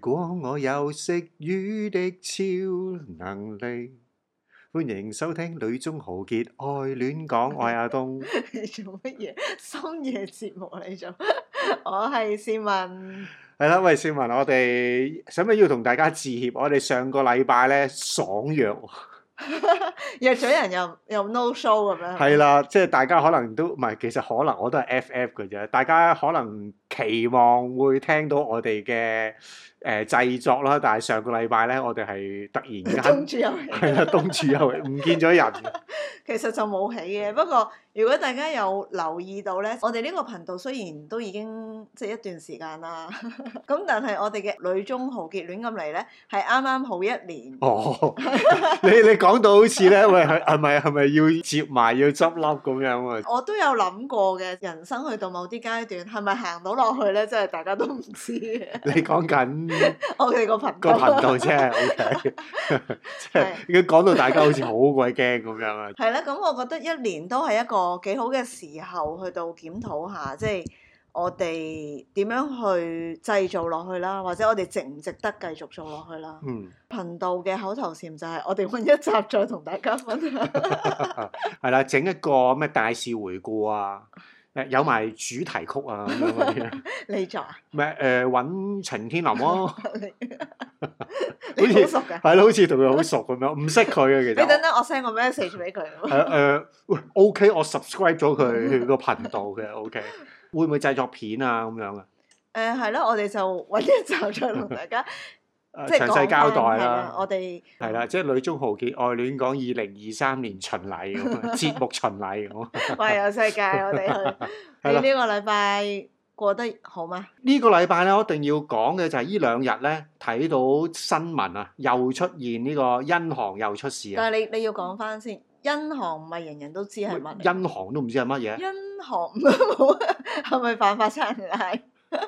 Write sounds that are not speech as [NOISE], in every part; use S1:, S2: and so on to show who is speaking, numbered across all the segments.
S1: 果我有食魚的超能力。歡迎收聽《女中豪傑愛戀港》，我係阿東。
S2: [LAUGHS] 你做乜嘢？深夜節目啊你做？ [LAUGHS] 我係善文，
S1: 係啦，喂，善文，我哋使唔使要同大家致歉？我哋上個禮拜咧爽約喎，
S2: 約咗人又又 no show 咁樣。
S1: 係啦，即係大家可能都唔係，其實可能我都係 FF 嘅啫。大家可能期望會聽到我哋嘅誒製作啦，但係上個禮拜咧，我哋係突然間
S2: 中住又起，
S1: 係啦，東主又唔見咗人。
S2: 其實就冇起嘅。不過如果大家有留意到咧，我哋呢個頻道雖然都已經即係一段時間啦， [LAUGHS] 咁但係我哋嘅女中豪傑亂咁嚟咧，係啱啱好一年。
S1: 哦，你你講到好似咧，喂，係係咪係咪要接埋要執笠咁樣啊？
S2: 我都有諗過嘅，人生去到某啲階段，係咪行到落去咧？真係大家都唔知
S1: [LAUGHS]
S2: 嘅。
S1: 你講緊
S2: 我哋個頻
S1: 個
S2: 道，
S1: 頻道啫，OK，即 [LAUGHS] 係佢講到大家好似好鬼驚咁樣啊！
S2: 係啦，咁我覺得一年都係一個幾好嘅時候去到檢討下，即係我哋點樣去製造落去啦，或者我哋值唔值得繼續做落去啦。
S1: 嗯，
S2: 頻道嘅口頭禪就係我哋揾一集再同大家分享。 [LAUGHS]
S1: 係啦，整一個咩大事回顧啊，誒有埋主題曲啊咁樣嗰
S2: [LAUGHS]
S1: 啲啊，
S2: 你作啊？
S1: 咩誒揾陳天林咯，似
S2: 你你好熟
S1: [LAUGHS]
S2: 㗎？
S1: 係咯，好似同佢好熟咁樣，唔識佢嘅
S2: 你
S1: 其實
S2: 等
S1: 我。
S2: 等，我 send 個 message 俾佢。
S1: 誒誒，喂，OK，我 subscribe 咗佢個頻道嘅，OK，會唔會製作片啊咁樣啊？
S2: 誒係咯，我哋就揾一集再同大家
S1: 誒
S2: 即係
S1: 啊詳細交代
S2: 講返係啦
S1: 啦，
S2: 我哋
S1: 係啦，即係女中豪傑愛戀港二零二三年巡禮咁
S2: [LAUGHS]
S1: 啊節目巡禮咁啊。
S2: 環遊世界，我哋去。
S1: 係
S2: 你
S1: 啦
S2: 呢個禮拜過得好嗎？
S1: 呢個禮拜咧，我一定要講嘅就係呢兩日咧睇到新聞啊，又出現呢個因行又出事啊，
S2: 但係你你要講翻先，因航唔係人人都知係乜嚟？
S1: 因行都唔知係乜嘢。
S2: 因航唔冇啊係 [LAUGHS] 咪犯法殺人係？ [LAUGHS]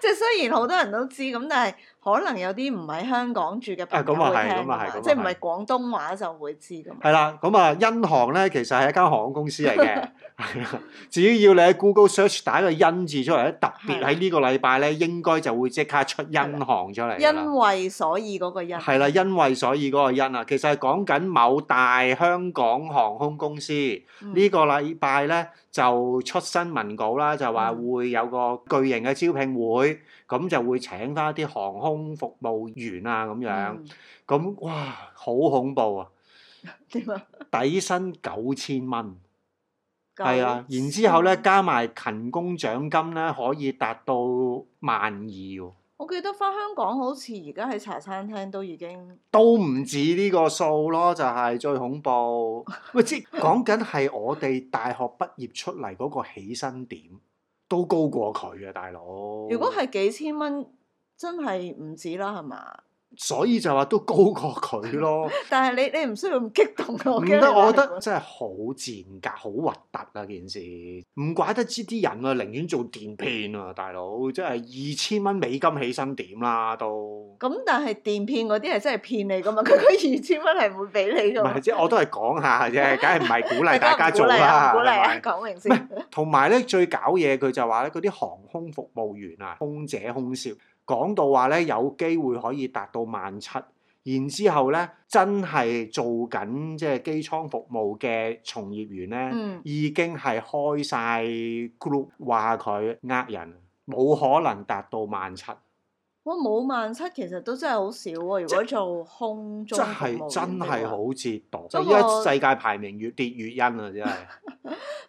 S2: 即係雖然好多人都知咁，但係可能有啲唔喺香港住嘅朋
S1: 啊咁
S2: 友
S1: 啊
S2: 會
S1: 係
S2: 聽
S1: 咁
S2: 㗎
S1: 啊
S2: 嘛
S1: 係咁啊
S2: 即係唔
S1: 係
S2: 係廣東話就會知㗎嘛？
S1: 係啦，咁啊，因航咧其實係一間航空公司嚟
S2: [LAUGHS]
S1: 嘅，係啦。只要你喺 Google search 打個因字出嚟咧，特別喺呢個禮拜咧，應該就會即刻出因航出嚟㗎啦。
S2: 因為所以嗰個因
S1: 係啦，因為所以嗰個因啊，其實係講緊某大香港航空公司呢、
S2: 嗯
S1: 個禮拜咧就出新聞稿啦，就話
S2: 嗯
S1: 會有個巨型嘅招聘會，咁就會請翻啲航空服務員啊咁樣，
S2: 嗯
S1: 咁、哇好恐怖啊！
S2: 點啊？
S1: 底薪九千蚊，係
S2: 係
S1: 啊，然之後咧，加埋勤工獎金咧，可以達到萬二喎，
S2: 我記得翻香港好似而家喺茶餐廳都已經
S1: 都唔止呢個數咯，就係、最恐
S2: [LAUGHS]
S1: 怖。喂，即係講緊係我哋大學畢業出嚟嗰個起薪點都高過佢啊，大佬。
S2: 如果係幾千蚊，真係唔止啦，係嘛？
S1: 所以就話都高過佢咯。
S2: 但係你你唔需要咁激動啊 [LAUGHS] 我
S1: 唔
S2: 驚你
S1: 得，我覺
S2: 話
S1: 得
S2: 你
S1: 真係好賤格，好核突啊！件事唔怪得知啲人啊，寧願做電騙啊，大佬，真係二千蚊美金起薪點啦都。
S2: 咁但係電騙嗰啲係真係騙你噶嘛？佢 [LAUGHS] 嗰二千蚊係唔會俾你
S1: 唔
S2: 噶嘛
S1: 係，？即係我都係講下啫，
S2: [LAUGHS]
S1: 梗係唔係鼓勵
S2: 大
S1: 大
S2: 家
S1: 家
S2: 唔鼓
S1: 做
S2: 勵啊，
S1: 啦，
S2: 唔鼓勵
S1: 係
S2: 啊，
S1: 咪？
S2: 講
S1: [LAUGHS]
S2: 明先。
S1: 同埋咧，最搞嘢佢就話咧，嗰啲航空服務員啊，空姐、空少講到話咧，有機會可以達到萬七，然之後咧，真係做緊即係機艙服務嘅從業員咧。
S2: 嗯，
S1: 已經係開晒 group 話佢呃人，冇可能達到萬七，
S2: 我冇萬七，其實都真係好少喎。如果做空中
S1: 真
S2: 服務員啊
S1: 係真
S2: 嘅
S1: 係
S2: 話
S1: 好折墮。
S2: 不過
S1: 依家世界排名越跌越因啊，真係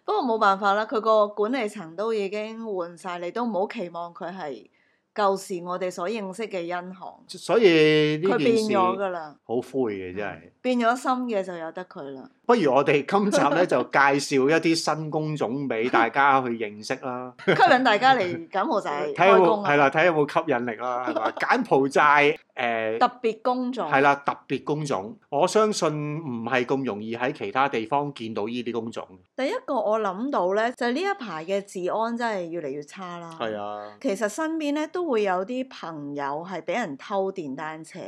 S2: 不過冇辦法啦，佢個管理層都已經換晒，你都唔好期望佢係舊時我哋所認識嘅因行，
S1: 所以呢
S2: 佢
S1: 件
S2: 變
S1: 事
S2: 咗
S1: 好
S2: 㗎啦，
S1: 灰嘅真係。
S2: 變咗心嘅就由得佢啦。
S1: 不如我哋今集
S2: [LAUGHS]
S1: 咧就介紹一啲新工種俾大家去認識啦，
S2: 吸引大家嚟柬埔寨
S1: [LAUGHS] 睇下有
S2: 開工
S1: 冇係
S2: 啊！
S1: 啦，睇下有冇吸引力啦，係
S2: [LAUGHS]
S1: 嘛？柬埔寨誒。
S2: 特別工作
S1: 係啦，特別工種，我相信唔係咁容易喺其他地方見到呢啲工種。
S2: 第一個我諗到咧，就係呢一排嘅治安真係越嚟越差啦。
S1: 係啊，
S2: 其實身邊咧都會有啲朋友係俾人偷電單車，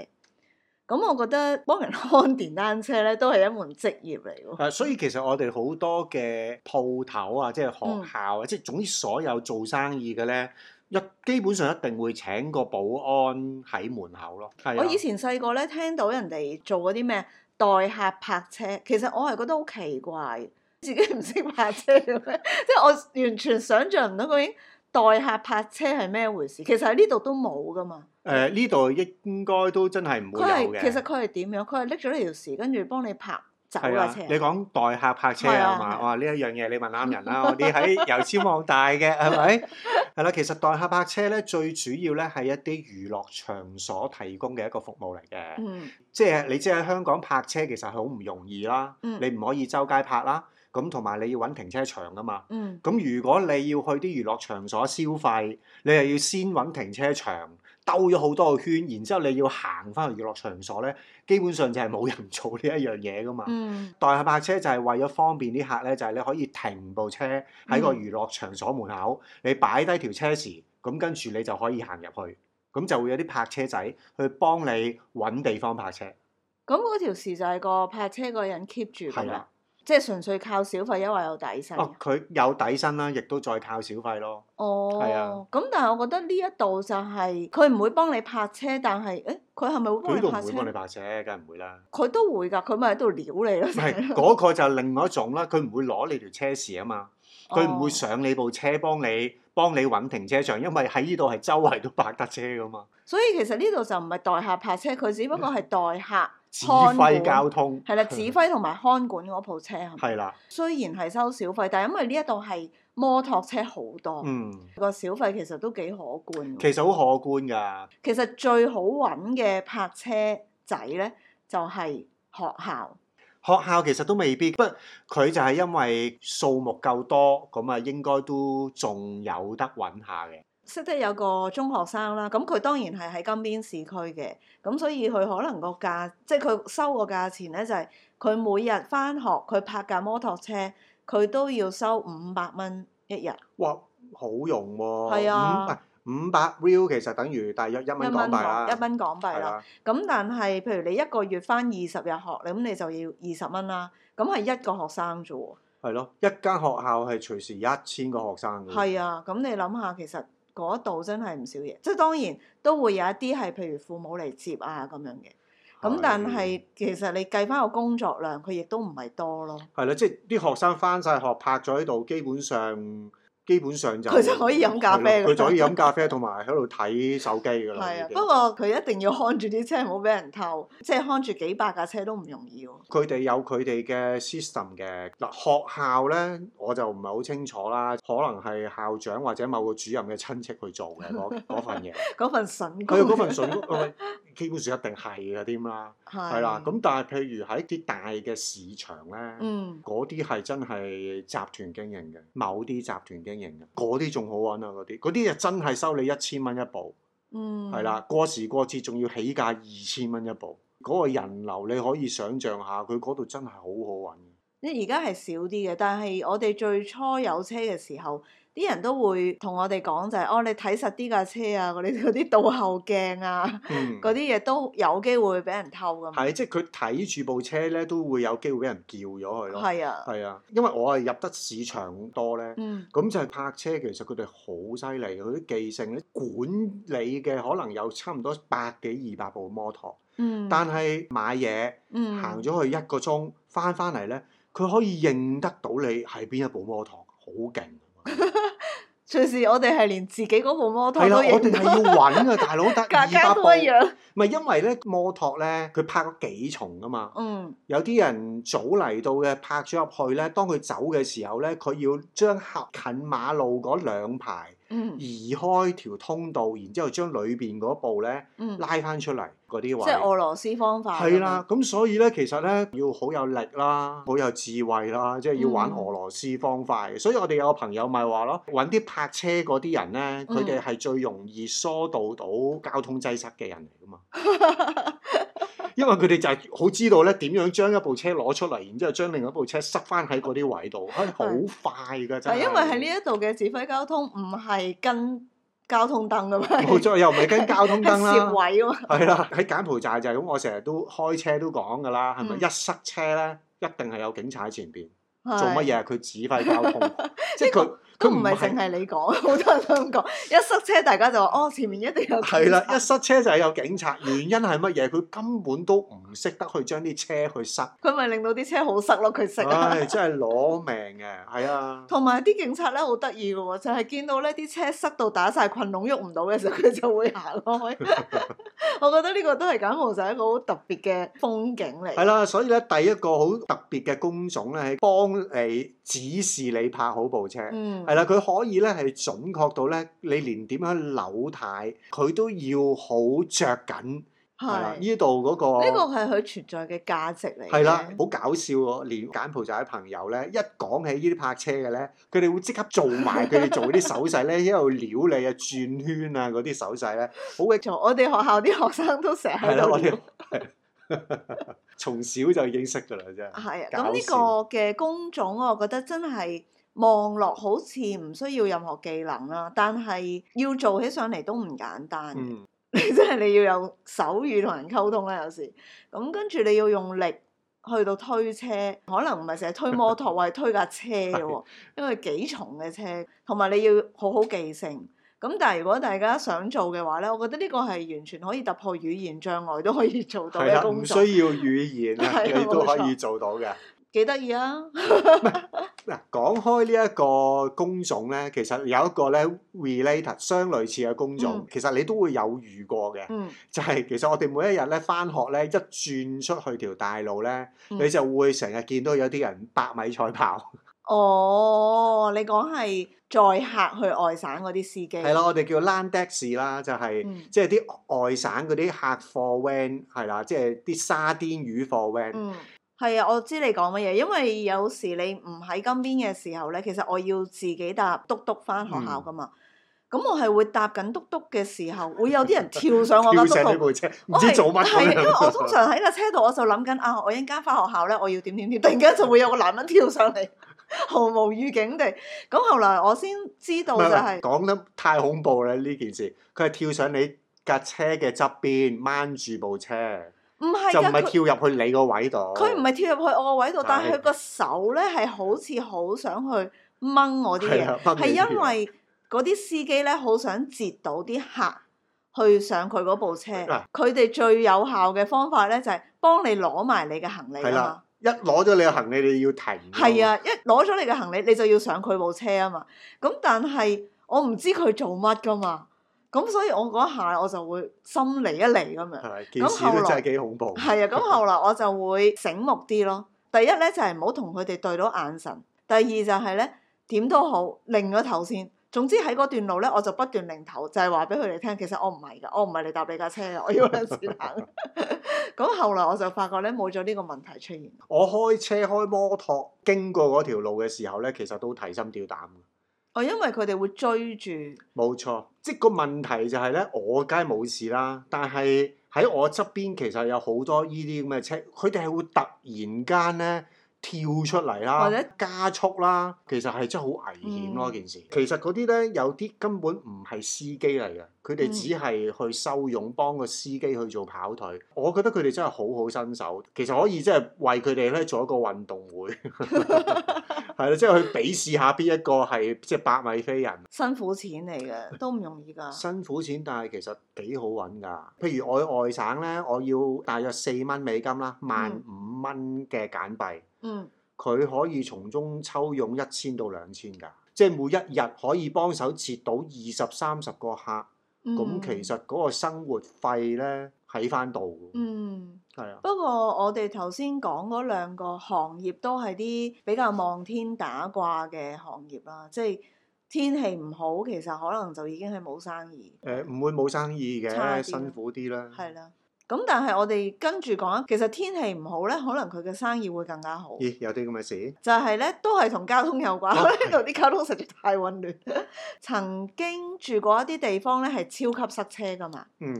S2: 咁我覺得幫人 [LAUGHS] 看電單車咧都係一門職業嚟喎。
S1: 誒，啊所以其實我哋
S2: 嗯
S1: 好多嘅鋪頭啊，即係學校啊，即係總之所有做生意嘅咧，一基本上一定會請個保安喺門口咯。係
S2: 我以
S1: 啊，
S2: 前細個咧聽到人哋做嗰啲咩代客泊車，其實我係覺得好奇怪，自己唔識泊車嘅咩？ [LAUGHS] 即係我完全想像唔到究竟代客泊車係咩回事。其實喺呢度都冇噶嘛。
S1: 誒呢度應該都真係唔
S2: 佢
S1: 會有
S2: 係
S1: 嘅。
S2: 其實佢係點樣？佢係拎咗呢條匙，跟住幫你泊走
S1: 係
S2: 架
S1: 啊
S2: 車。，
S1: 你講代客泊車
S2: 係
S1: 啊
S2: 啊係啊
S1: 嘛，哇呢一樣嘢你問啱人啦， [LAUGHS] 我啲喺油尖旺大嘅係咪？係啦，其實代客泊車咧最主要咧係一啲娛樂場所提供嘅一個服務嚟嘅，
S2: 嗯
S1: 即係你知喺香港泊車其實好唔容易啦，
S2: 嗯
S1: 你唔可以周街泊啦，咁同埋你要揾停車場噶嘛。
S2: 嗯
S1: 咁如果你要去啲娛樂場所消費，你又要先揾停車場，兜咗好多個圈，然之後你要行翻去娛樂場所咧，基本上就係冇人做呢一樣嘢噶嘛。
S2: 嗯
S1: 代客泊車就係為咗方便啲客咧，就係、你可以停部車
S2: 嗯
S1: 喺個娛樂場所門口，你擺低條車匙，咁跟住你就可以行入去，咁就會有啲泊車仔去幫你揾地方泊車，
S2: 咁嗰條匙就係個泊車個人 keep 住㗎
S1: 係
S2: 嘛
S1: 啦。
S2: 即係純粹靠小費，因為有底薪。
S1: 哦，佢有底薪啦，亦都再靠小費咯。係
S2: 哦
S1: 啊，
S2: 咁但係我覺得呢一度就係佢唔會幫你泊車，但係誒佢係咪會幫
S1: 佢
S2: 你
S1: 呢度
S2: 泊
S1: 唔會幫你
S2: 車？
S1: 泊車，梗係唔會啦。
S2: [LAUGHS] 佢都會㗎，佢咪喺度撩你咯。哦
S1: 唔係
S2: [LAUGHS]
S1: 嗰個就另外一種啦，佢唔會攞你條車匙啊嘛，佢唔會
S2: 哦，
S1: 上你部車幫你幫你揾停車場，因為喺呢度係周圍都泊得車噶嘛，
S2: 所以其實呢度就唔係代客泊車，佢只不過係代客
S1: 指
S2: 看管
S1: 揮交通
S2: 係啦，指揮同埋看管嗰部車係咪？
S1: 係啦，
S2: 雖然係收小費，但係因為呢一度係摩托車好多，
S1: 嗯。
S2: 個小費其實都幾可觀喎。
S1: 其實好可觀㗎，
S2: 其實最好揾嘅泊車仔咧，就係、學校。
S1: 學校其實都未必，不過佢就係因為數目夠多，咁啊應該都仲有得揾下嘅。
S2: 識得有個中學生啦，咁佢當然係喺金邊市區嘅，咁所以佢可能個價，即係佢收個價錢咧，就係、佢每日翻學，佢泊架摩托車，佢都要收五百蚊一日，
S1: 哇，好用喎、
S2: 係
S1: 五
S2: 啊
S1: 唔係五百 real 其實等於大約一
S2: 一
S1: 蚊港幣
S2: 蚊港
S1: 啦，
S2: 一蚊港幣啊
S1: 係
S2: 啦。
S1: 啦，
S2: 咁但係譬如你一個月翻二十日學，咁你就要二十蚊啦。咁係一個學生啫喎，
S1: 係咯，一間學校係隨時一千個學生嘅。
S2: 係啊。咁你諗下，其實嗰度真係唔少嘢，即係當然都會有一啲係譬如父母嚟接啊咁樣嘅。咁但係其實你計翻個工作量，佢亦都唔係多咯。
S1: 係啦，即係啲學生翻晒學拍咗喺度，基本上基本上就
S2: 佢就可以飲咖啡
S1: 係
S2: 㗎
S1: 咯佢就可以
S2: [LAUGHS]
S1: 飲咖啡同埋喺度睇手機㗎啦。
S2: 係啊，
S1: 已經
S2: 不過佢一定要看住啲車，唔好俾人偷。即係看住幾百架車都唔容易喎。
S1: 佢哋有佢哋嘅 system 嘅嗱，學校咧我就唔係好清楚啦，可能係校長或者某個主任嘅親戚去做嘅嗰嗰份嘢，
S2: 嗰份神
S1: 佢
S2: 工
S1: 有啊嗰份信，喂基本上一定係嘅添啦，係
S2: [LAUGHS] 係
S1: 啦。咁但係譬如喺啲大嘅市場咧，
S2: 嗯
S1: 嗰啲係真係集團經營嘅，某啲集團經營嘅，嗰啲仲好玩啊嗰啲，嗰啲就真係收你一千蚊一部。
S2: 嗯
S1: 係啦，過時過節仲要起價二千蚊一部，嗰、個人流你可以想像下，佢嗰度真係好好揾。
S2: [LAUGHS] 即而家係少啲嘅，但係我哋最初有車嘅時候，啲人都會同我哋講就係、哦，你睇實啲架車啊，嗰啲嗰啲倒後鏡啊，
S1: [LAUGHS] 嗯
S2: 嗰啲嘢都有機會俾人偷噶嘛。
S1: 係即係佢睇住部車咧，都會有機會俾人叫咗佢咯。
S2: 係啊，
S1: 係啊，因為我係入得市場多咧，
S2: 嗯
S1: 咁就係泊車其實佢哋好犀利，佢啲記性咧管理嘅可能有差唔多百幾二百部摩托，
S2: 嗯，
S1: 但係買嘢
S2: 嗯
S1: 行咗去一個鐘，翻翻嚟咧，佢可以認得到你係邊一部摩托，好勁。
S2: 隨時我哋係連自己嗰部摩托
S1: 係啦，
S2: 都
S1: 我
S2: 認
S1: 哋係
S2: 得，
S1: 要揾啊，
S2: [LAUGHS]
S1: 大佬得
S2: 架架
S1: 二百
S2: 都
S1: 部，
S2: 一樣。
S1: 唔係因為咧摩托咧，佢拍咗幾重噶嘛。
S2: 嗯
S1: 有啲人早嚟到嘅拍咗入去咧，當佢走嘅時候咧，佢要將合近馬路嗰兩排
S2: 嗯
S1: 移開條通道，然之後將裏邊嗰部咧
S2: 嗯，
S1: 拉翻出嚟嗰啲
S2: 即係
S1: 位。
S2: 俄羅斯方法。
S1: 係啦，，咁所以咧，其實咧要好有力啦，好有智慧啦，即係要玩
S2: 嗯
S1: 俄羅斯方塊。所以我哋有個朋友咪話咯，揾啲泊車嗰啲人咧，
S2: 嗯
S1: 佢哋係最容易疏導到交通擠塞嘅人嚟噶嘛。因為佢哋就係好知道咧點樣將一部車攞出嚟，然之後將另一部車塞翻喺嗰啲位度，係好快㗎真
S2: 係
S1: 係。
S2: 啊因為喺呢一度嘅指揮交通唔係跟交通燈噶嘛，
S1: 冇錯，又唔係跟交通燈
S2: 係
S1: 啦
S2: 攝。位啊嘛。
S1: 係啦，喺柬埔寨就係咁，我成日都開車都講㗎啦，係咪、
S2: 嗯
S1: 一塞車咧，一定係有警察喺前邊做
S2: 做 [LAUGHS]
S1: 乜嘢？佢指揮交通，即係佢
S2: 都唔係淨係你講， [LAUGHS] 好多人都咁講。一塞車大家就話：哦，前面一定有警察。
S1: 係啦，一塞車就係有警察，原因係乜嘢？佢根本都唔識得去將啲車去塞，
S2: 佢咪令到啲車好塞咯，佢食啊。
S1: 唉，真係攞命嘅，係啊，
S2: 同埋啲警察咧好得意嘅喎，就係、見到呢啲車塞到打晒困籠喐唔到嘅時候，佢就會行
S1: [LAUGHS]
S2: 開。我覺得呢個都係柬埔寨一個好特別嘅風景嚟。
S1: 係啦，所以咧第一個好特別嘅工種咧，係幫你指示你泊好部車。
S2: 嗯，
S1: 係啦，佢可以咧係準確到咧，你連點樣扭軚，佢都要好着緊。係啦，
S2: 係。
S1: 呢度嗰個
S2: 呢個係佢存在嘅價值嚟嘅。
S1: 係啦，好搞笑喎！連柬埔寨嘅朋友咧，一講起呢啲泊車嘅咧，佢哋會即刻做埋佢哋做嗰啲手勢 [LAUGHS] 咧，一路撩你啊、轉圈啊嗰啲手勢咧，好鬼
S2: 做我哋學校啲學生都成日
S1: 係
S2: 喺
S1: 啦！
S2: 度
S1: 我哋
S2: 聊。
S1: 係 [LAUGHS] 從小就已經識㗎啦，真係。
S2: 係啊，
S1: 搞
S2: 咁呢
S1: 笑
S2: 個嘅工種，我覺得真係望落好似唔需要任何技能啦，但係要做起上嚟都唔簡單嘅。 [LAUGHS]
S1: 嗯，
S2: 你真係你要有手語同人溝通啦，有時咁跟住你要用力去到推車，可能唔係成日推摩托，或係推架車嘅喎，因為幾重嘅車，同埋你要好好記性。咁但係如果大家想做嘅話咧，我覺得呢個係完全可以突破語言障礙都可以做到
S1: 係
S2: 嘅
S1: 啦，唔
S2: 工
S1: 需
S2: 作，
S1: 要語言啊，
S2: [LAUGHS] 係啊
S1: 你都
S2: 冇錯
S1: 可以做到嘅。
S2: 幾得意啊！
S1: 嗱，講開呢一個工種咧，其實有一個咧 related 相類似嘅工種，
S2: 嗯
S1: 其實你都會有遇過嘅，
S2: 嗯，
S1: 就係、其實我哋每一日咧翻學咧一轉出去條大路咧，
S2: 嗯
S1: 你就會成日見到有啲人百米賽跑，
S2: 哦，你講係載客去外省嗰啲司機，啊
S1: 係啦、，我哋叫 land taxi 啦，就係、
S2: 嗯
S1: 即係啲外省嗰啲客貨 van 係啦，即係啲沙甸魚貨 van。
S2: 嗯，係啊，我知你講乜嘢，因為有時你唔喺金邊嘅時候咧，其實我要自己搭嘟嘟翻學校
S1: 嗯
S2: 噶嘛。咁我係會搭緊嘟嘟嘅時候，會有
S1: [LAUGHS]
S2: 啲人跳上我
S1: 跳
S2: 架
S1: 上呢
S2: 嘟嘟。
S1: 部車，唔
S2: 我
S1: 知
S2: 係
S1: 做乜
S2: 係啊，
S1: 咁
S2: 因為我
S1: 樣。
S2: 通常喺架車度，我就諗緊啊，我一陣間翻學校咧，我要點點點，突然間就會有個男人跳上嚟，毫無預警地。咁後來我先知道
S1: 唔
S2: 就
S1: 係唔係
S2: 係、
S1: 講得太恐怖啦！呢件事，佢係跳上你架車嘅側邊，掹住部車，
S2: 唔係
S1: 就唔
S2: 㗎
S1: 係
S2: 佢
S1: 跳入去你個位度。
S2: 佢唔係跳入去我個位度，但係
S1: 係
S2: 佢個手咧係好似好想去掹我啲
S1: 係
S2: 嘢，
S1: 啊掹
S2: 係
S1: 你啲嘢
S2: 因為嗰啲司機咧好想截到啲客去上佢嗰部車
S1: 嗱。
S2: 佢哋最有效嘅方法咧就係、幫你攞埋你嘅行李
S1: 係
S2: 啊
S1: 啦
S2: 嘛。
S1: 一攞咗你嘅行李，你要停。
S2: 係，啊，一攞咗你嘅行李，你就要上佢部車啊嘛。咁但係我唔知佢做乜噶嘛，咁所以我嗰一下我就會心嚟一嚟咁樣。
S1: 係咪件事
S2: 咁後
S1: 都
S2: 來
S1: 真係幾恐怖。
S2: 係啊，咁後來我就會醒目啲咯。第一咧就係唔好同佢哋對到眼神，第二就係咧點都好擰咗頭先。總之喺嗰段路咧，我就不斷擰頭，就係話俾佢哋聽，其實我唔係㗎，我唔係嚟搭你架車㗎，我 [LAUGHS] 要向前行。 [LAUGHS] 咁後來我就發覺咧冇咗呢個問題出現。
S1: 我開車開摩托經過嗰條路嘅時候咧，其實都提心吊膽。
S2: 我哦因為佢哋會追住，
S1: 冇錯，即係個問題就係咧，我梗係冇事啦，但係喺我側邊其實有好多呢啲咁嘅車，佢哋係會突然間咧跳出嚟啦，
S2: 或者
S1: 加速啦，其實係真係好危險咯、
S2: 嗯
S1: 件事。其實嗰啲咧有啲根本唔係司機嚟嘅，佢哋
S2: 嗯
S1: 只係去收佣幫個司機去做跑腿。我覺得佢哋真係好好身手，其實可以真係為佢哋咧做一個運動會， [LAUGHS] 係啦，即係去比試下邊一個係即係百米飛人。
S2: 辛苦錢嚟嘅，都唔容易㗎。
S1: 辛苦錢，但係其實幾好揾㗎。譬如我去外省咧，我要大約四蚊美金啦，萬五蚊嘅簡幣，
S2: 嗯，
S1: 佢可以從中抽佣一千到兩千㗎，即係每一日可以幫手接到二十三十個客，咁、
S2: 嗯
S1: 其實嗰個生活費咧喺翻度㗎，
S2: 嗯。
S1: 係啊、
S2: 不過我哋頭先講嗰兩個行業都係啲比較望天打卦嘅行業啦，即係天氣唔好，其實可能就已經係冇生意。
S1: 誒唔、會冇生意
S2: 差
S1: 嘅，
S2: 啲
S1: 辛苦啲啦。
S2: 係啦。咁但係我哋跟住講，其實天氣唔好咧，可能佢嘅生意會更加好。
S1: 咦，有啲咁嘅事？
S2: 就係咧，都係同交通有關。
S1: 哦
S2: 呢度啲交通實在太混亂。曾經住過一啲地方咧，係超級塞車噶嘛。
S1: 嗯，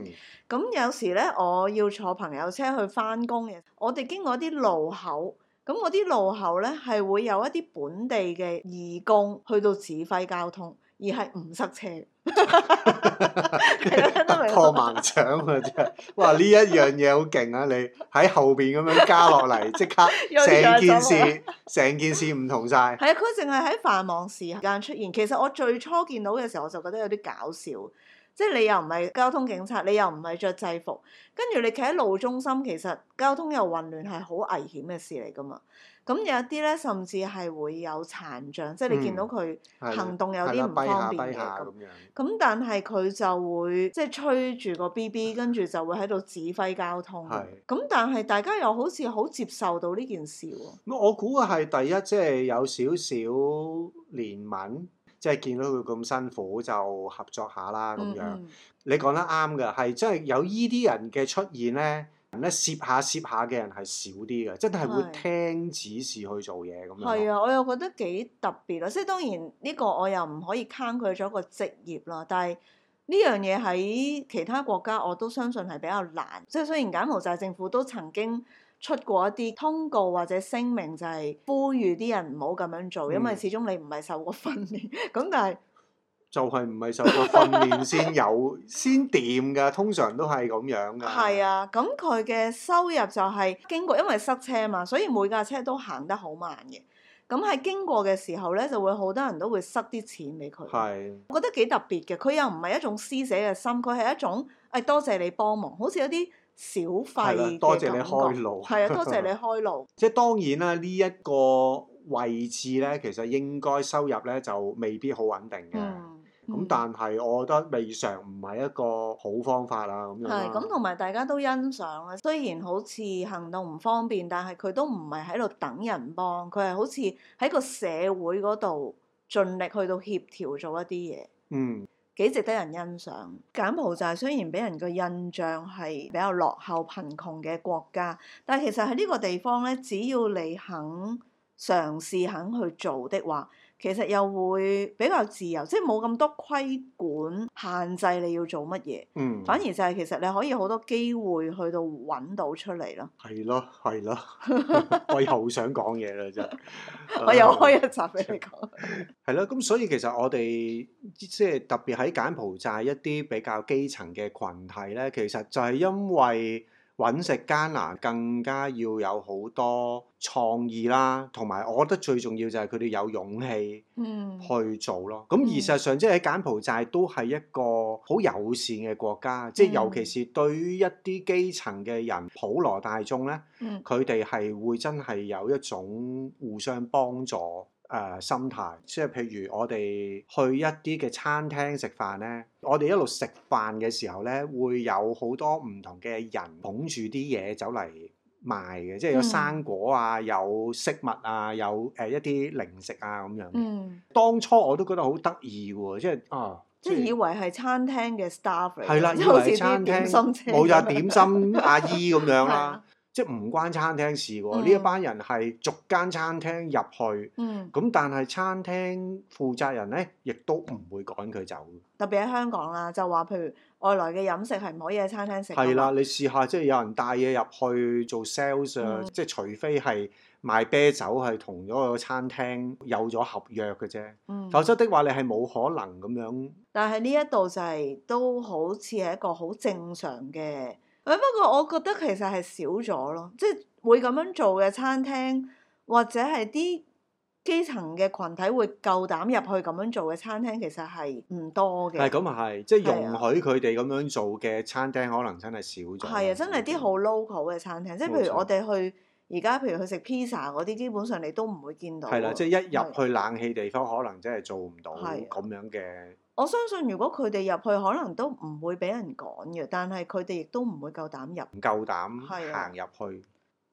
S2: 咁有時咧，我要坐朋友車去翻工嘅，我哋經過啲路口，咁嗰啲路口咧係會有一啲本地嘅義工去到指揮交通，而係唔塞車。 [LAUGHS] 係啦， [LAUGHS] 聽得明
S1: 破
S2: 啊
S1: 盲腸啊！真係，哇！呢一樣嘢好勁啊！你喺後邊咁樣加落嚟，即刻
S2: [LAUGHS] 又
S1: 成件
S2: 上咗
S1: 事，成件事唔同晒。
S2: 係啊，佢淨係喺繁忙時間出現。其實我最初見到嘅時候，我就覺得有啲搞笑，即係你又唔係交通警察，你又唔係着制服，跟住你企喺路中心，其實交通又混亂係好危險嘅事嚟噶嘛。咁有一啲咧，甚至係會有殘障，即係
S1: 嗯
S2: 你見到佢
S1: 係
S2: 行動有
S1: 係
S2: 啲
S1: 啦
S2: 唔
S1: 跛
S2: 方
S1: 下
S2: 便
S1: 跛
S2: 嘅
S1: 下
S2: 咁
S1: 咁。樣。
S2: 咁但係佢就會即係吹住個 BB，跟住就會喺度指揮交通
S1: 係。
S2: 咁但係大家又好似好接受到呢件事喎。
S1: 咁我估係第一，即係有少少憐憫，即係見到佢咁辛苦就合作下啊啦咁樣。
S2: 嗯
S1: 你講得啱㗎，係真係有依啲人嘅出現咧，人咧攝下攝下嘅人係少啲嘅，真係會
S2: 係
S1: 聽指示去做嘢咁樣咯。
S2: 係啊，我又覺得幾特別啊咯。即係當然呢個我又唔可以坑佢咗個職業啦，但係。呢樣嘢喺其他國家我都相信係比較難，即係雖然柬埔寨政府都曾經出過一啲通告或者聲明，就係呼籲啲人唔好咁樣做，因為
S1: 嗯啊
S2: 始終你唔係受過訓練。 [LAUGHS] 咁但係
S1: 就係唔係受過訓練先
S2: [LAUGHS]
S1: 有先掂㗎，通常都係咁樣㗎。
S2: 係，啊，咁佢嘅收入就係經過，因為塞車嘛，所以每架車都行得好慢嘅。咁喺經過嘅時候咧，就會好多人都會塞啲錢俾佢。
S1: 係
S2: 我覺得幾特別嘅，佢又唔係一種施捨嘅心，佢係一種誒、哎多謝你幫忙，好似有啲小
S1: 係
S2: 費
S1: 啦
S2: 嘅，
S1: 多謝你
S2: 感覺
S1: 開路。 [LAUGHS]
S2: 係啊，多謝你開路，
S1: 即係當然啦，呢、一個位置咧，其實應該收入咧就未必好穩定嘅。咁、
S2: 嗯，嗯
S1: 但係我覺得未嘗唔係一個好方法啦，咁樣啦
S2: 係咁，同埋大家都欣賞啦。雖然好似行動唔方便，但係佢都唔係喺度等人幫，佢係好似喺個社會嗰度盡力去到協調做一啲嘢，
S1: 嗯，
S2: 幾值得人欣賞。柬埔寨雖然俾人個印象係比較落後貧窮嘅國家，但係其實喺呢個地方咧，只要你肯嘗試肯去做的話，其實又會比較自由，即係冇咁多規管限制你要做乜嘢。
S1: 嗯，
S2: 反而就係其實你可以好多機會去到揾到出嚟咯。
S1: 係咯，係
S2: [LAUGHS]
S1: 咯， [LAUGHS] 我又好想講嘢啦，真係。
S2: [LAUGHS] 我又
S1: 唉
S2: 開一集俾你
S1: [LAUGHS]
S2: 講，
S1: 係咯，咁所以其實我哋即係特別喺柬埔寨一啲比較基層嘅群體咧，其實就係因為揾食艱難，更加要有好多創意啦，同埋我覺得最重要就係佢哋有勇氣
S2: 嗯，
S1: 去做咯。咁而事實上，即係喺柬埔寨都係一個好友善嘅國家，即係
S2: 嗯
S1: 尤其是對於一啲基層嘅人、普羅大眾咧。
S2: 嗯，
S1: 佢哋係會真係有一種互相幫助誒、呃心態，即係譬如我哋去一啲嘅餐廳食飯呢，我哋一路食飯嘅時候呢，會有好多唔同嘅人捧住啲嘢走嚟賣嘅，即係有
S2: 嗯
S1: 生果啊，有飾物啊，有誒、呃一啲零食啊咁樣。
S2: 嗯，
S1: 當初我都覺得好得意喎，即係啊，
S2: 即係以為係餐廳嘅 staff 嚟嘅，
S1: 係啦，
S2: 啊即
S1: 以
S2: 係好似
S1: 為
S2: 啲
S1: 餐廳
S2: 點心車
S1: 冇就
S2: 咁
S1: 係
S2: 樣
S1: 點心阿姨咁樣
S2: 係
S1: 啦
S2: 啊。
S1: 即係唔關餐廳事喎。呢、
S2: 嗯
S1: 一班人係逐間餐廳入去，
S2: 嗯，
S1: 咁但係餐廳負責人咧，亦都唔會趕佢走嘅。
S2: 特別喺香港啦，就話譬如外來嘅飲食係唔可以喺餐廳食㗎啊嘛。
S1: 係啦，你試下即係有人帶嘢入去做 sales 啊，
S2: 嗯
S1: 即係除非係賣啤酒係同咗個餐廳有咗合約嘅啫，
S2: 嗯，
S1: 否則的話你係冇可能咁樣。
S2: 但係呢一度就係都好似係一個好正常嘅，誒不過我覺得其實係少咗咯，即係會咁樣做嘅餐廳或者係啲基層嘅群體會夠膽入去咁樣做嘅餐廳，其實係唔多嘅。
S1: 係咁啊，係即係
S2: 係啊
S1: 容許佢哋咁樣做嘅餐廳，可能真係少咗啦。
S2: 係啊，真係啲好 local 嘅餐廳，即係譬
S1: 冇錯
S2: 如我哋去而家譬如去食 pizza 嗰啲，基本上你都唔會見到。
S1: 係啦，即係一入
S2: 係
S1: 去冷氣地方，可能真係做唔到
S2: 係啊
S1: 咁樣嘅。
S2: 我相信如果佢哋入去，可能都唔會俾人趕嘅，但係佢哋亦都唔會夠膽入。
S1: 唔夠膽行
S2: 係啊
S1: 入去。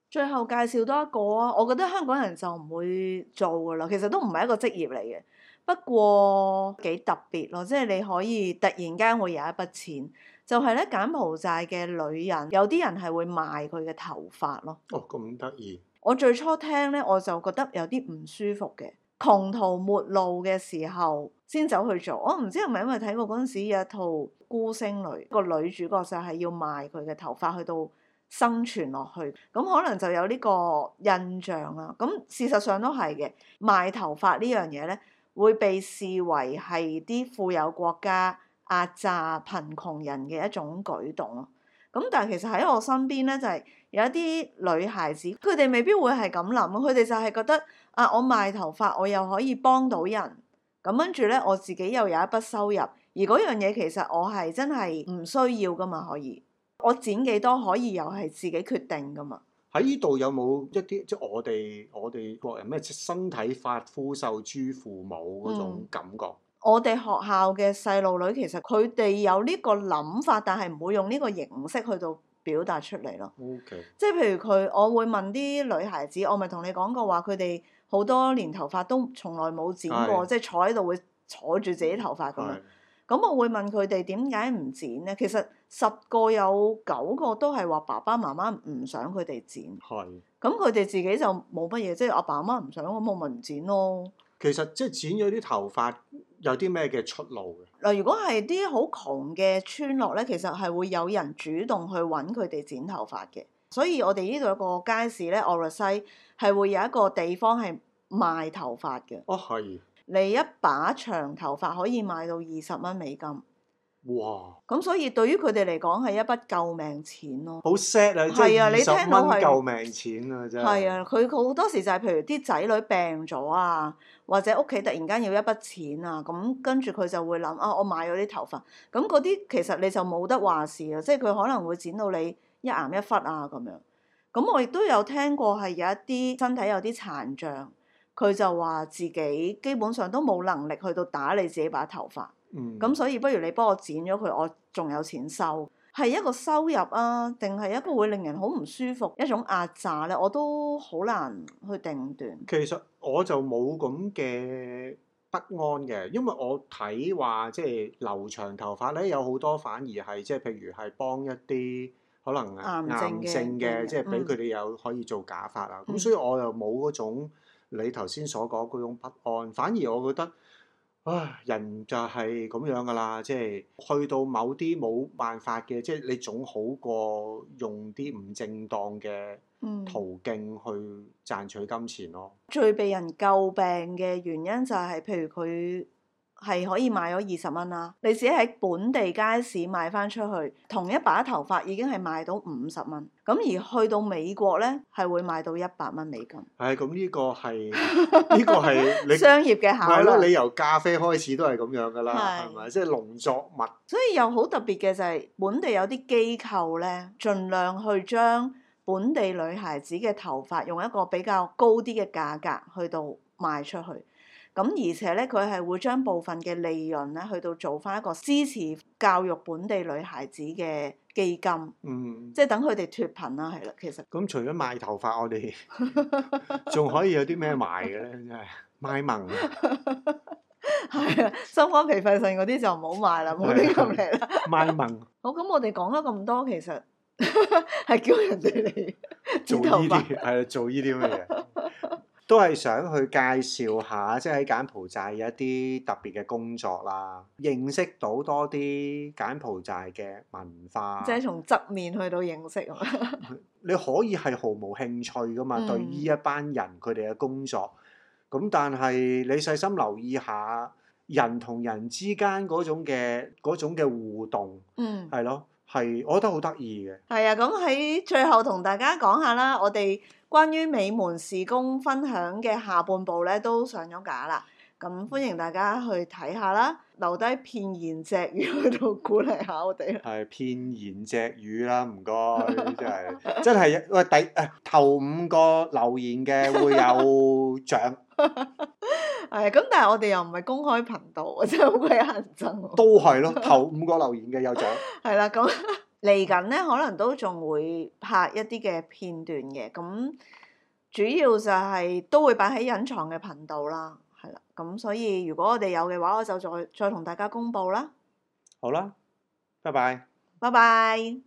S2: 最後介紹多一個啊，我覺得香港人就唔會做噶啦，其實都唔係一個職業嚟嘅，不過幾特別咯，即係你可以突然間會有一筆錢，就係咧柬埔寨嘅女人，有啲人係會賣佢嘅頭髮咯。
S1: 哦，咁得意。
S2: 我最初聽咧，我就覺得有啲唔舒服嘅，窮途末路嘅時候先走去做。我唔知係咪因為睇過嗰陣時有一套《孤星女》，個女主角就係要賣佢嘅頭髮去到生存落去，咁可能就有呢個印象啦。咁事實上都係嘅，賣頭髮呢樣嘢咧，會被視為係啲富有國家壓榨貧窮人嘅一種舉動咯。咁但係其實喺我身邊咧，就係、有一啲女孩子，佢哋未必會係咁諗，啊佢哋就係覺得啊，我賣頭髮，我又可以幫到人，咁跟住咧，我自己又有一筆收入，而嗰樣嘢其實我係真係唔需要噶嘛，可以我剪幾多可以又係自己決定噶嘛。
S1: 喺呢度有冇一啲即係我哋我哋國人咩身體髮膚受諸父母嗰種
S2: 嗯
S1: 感覺？
S2: 我哋學校嘅細路女其實佢哋有呢個諗法，但係唔會用呢個形式去到表達出嚟咯。
S1: O K，
S2: 即係譬如佢，我會問啲女孩子，我咪同你講過話，佢哋好多年頭髮都從來冇剪過，
S1: 係
S2: 即係坐喺度會坐住自己頭髮咁樣啊
S1: 係。
S2: 咁我會問佢哋點解唔剪呢？其實十個有九個都係話爸爸媽媽唔想佢哋剪，
S1: 係。
S2: 咁佢哋自己就冇乜嘢，即係阿爸阿媽唔想，咁我咪唔剪咯。
S1: 其實即係剪咗啲頭髮有啲咩嘅出路嘅？
S2: 嗱，如果係啲好窮嘅村落咧，其實係會有人主動去揾佢哋剪頭髮嘅。所以我哋呢度有個街市咧，奧律西係會有一個地方係賣頭髮嘅。
S1: 哦，係，
S2: 你一把長頭髮可以賣到二十蚊美金，
S1: 哇，
S2: 咁所以對於佢哋嚟講係一筆救命錢咯。
S1: 好 sad 啊！即
S2: 係啊你
S1: 係二十
S2: 聽到
S1: 蚊
S2: 係
S1: 救命錢啊！真
S2: 係，啊，佢好多時就係譬如啲仔女病咗啊，或者屋企突然間要一筆錢啊，咁跟住佢就會諗啊，我買咗啲頭髮，咁嗰啲其實你就冇得話事啊，即係佢可能會剪到你一癌一忽啊咁樣。咁我亦都有聽過係有一啲身體有啲殘障，佢就話自己基本上都冇能力去到打理自己把頭髮。
S1: 嗯，
S2: 咁所以不如你幫我剪咗佢，我仲有錢收，係一個收入啊，定係一個會令人好唔舒服一種壓榨咧，我都好難去定斷。
S1: 其實我就冇咁嘅不安嘅，因為我睇話即係留長頭髮咧，有好多反而係即係譬如係幫一啲可能呃
S2: 癌
S1: 癌
S2: 症嘅
S1: 症嘅，
S2: 病
S1: 即係俾
S2: 人
S1: 佢哋有可以做假髮啊。咁、
S2: 嗯
S1: 所以我又冇嗰種你頭先所講嗰種不安，反而我覺得。唉，人就係咁樣噶啦，即係去到某啲冇辦法嘅，即係你總好過用啲唔正當嘅
S2: 嗯，
S1: 途徑去賺取金錢咯。
S2: 最被人詬病嘅原因就係、譬如佢係可以買咗二十蚊啦，你自己喺本地街市賣翻出去，同一把頭髮已經係賣到五十蚊，咁而去到美國咧係會賣到一百蚊美金，
S1: 唉，咁呢個係呢個
S2: [LAUGHS]
S1: 係你
S2: 商業嘅考
S1: 係咯，
S2: 慮
S1: 你。由咖啡開始都係咁樣噶啦，
S2: 係
S1: 係咪？即係農作物
S2: 所以又好特別嘅就係本地有啲機構咧，盡量去將本地女孩子嘅頭髮用一個比較高啲嘅價格去到賣出去。咁而且咧，佢係會將部分嘅利潤咧，去到做翻一個支持教育本地女孩子嘅基金，
S1: 嗯。
S2: 即係等佢哋脱貧啦，係啦，其實 [LAUGHS]
S1: 咁除咗賣頭髮，我哋仲可以有啲咩賣嘅咧？真係賣
S2: [LAUGHS]
S1: 萌啊，
S2: 係啊，心肝脾肺腎嗰啲就唔好賣啦，冇啲咁嚟啦。
S1: 賣萌
S2: 好，咁我哋講咗咁多，其實 [LAUGHS] 係叫人哋嚟
S1: 做
S2: 剪
S1: 呢
S2: 頭髮。
S1: 啲係做呢啲乜嘢？都係想去介紹下，即係喺柬埔寨有一啲特別嘅工作啦，認識到多啲柬埔寨嘅文化。
S2: 即係從側面去到認識咁樣。
S1: 你可以係毫無興趣噶嘛，
S2: 嗯
S1: 對呢一班人佢哋嘅工作。咁但係你細心留意下，人同人之間嗰種嘅嗰種嘅互動
S2: 嗯，
S1: 係咯，係我覺得好得意嘅。
S2: 係啊。咁喺最後同大家講下啦，我哋關於美門時工分享嘅下半部咧都上咗架啦。咁歡迎大家去睇下啦，留低片言隻語去到鼓勵下我哋啦。
S1: 係片言隻語啦，唔該，真係真係喂第誒頭五個留言嘅會有獎，
S2: 係啊咁，但係我哋又唔係公開頻道，真係好鬼乞人憎喎。
S1: 都係咯，頭五個留言嘅有獎，
S2: 係啦，咁 [LAUGHS] 嚟緊咧，可能都仲會拍一啲嘅片段嘅，咁主要就係都會擺喺隱藏嘅頻道啦，係啦，咁所以如果我哋有嘅話，我就再再同大家公佈啦，
S1: 好啦，拜拜。
S2: 拜拜。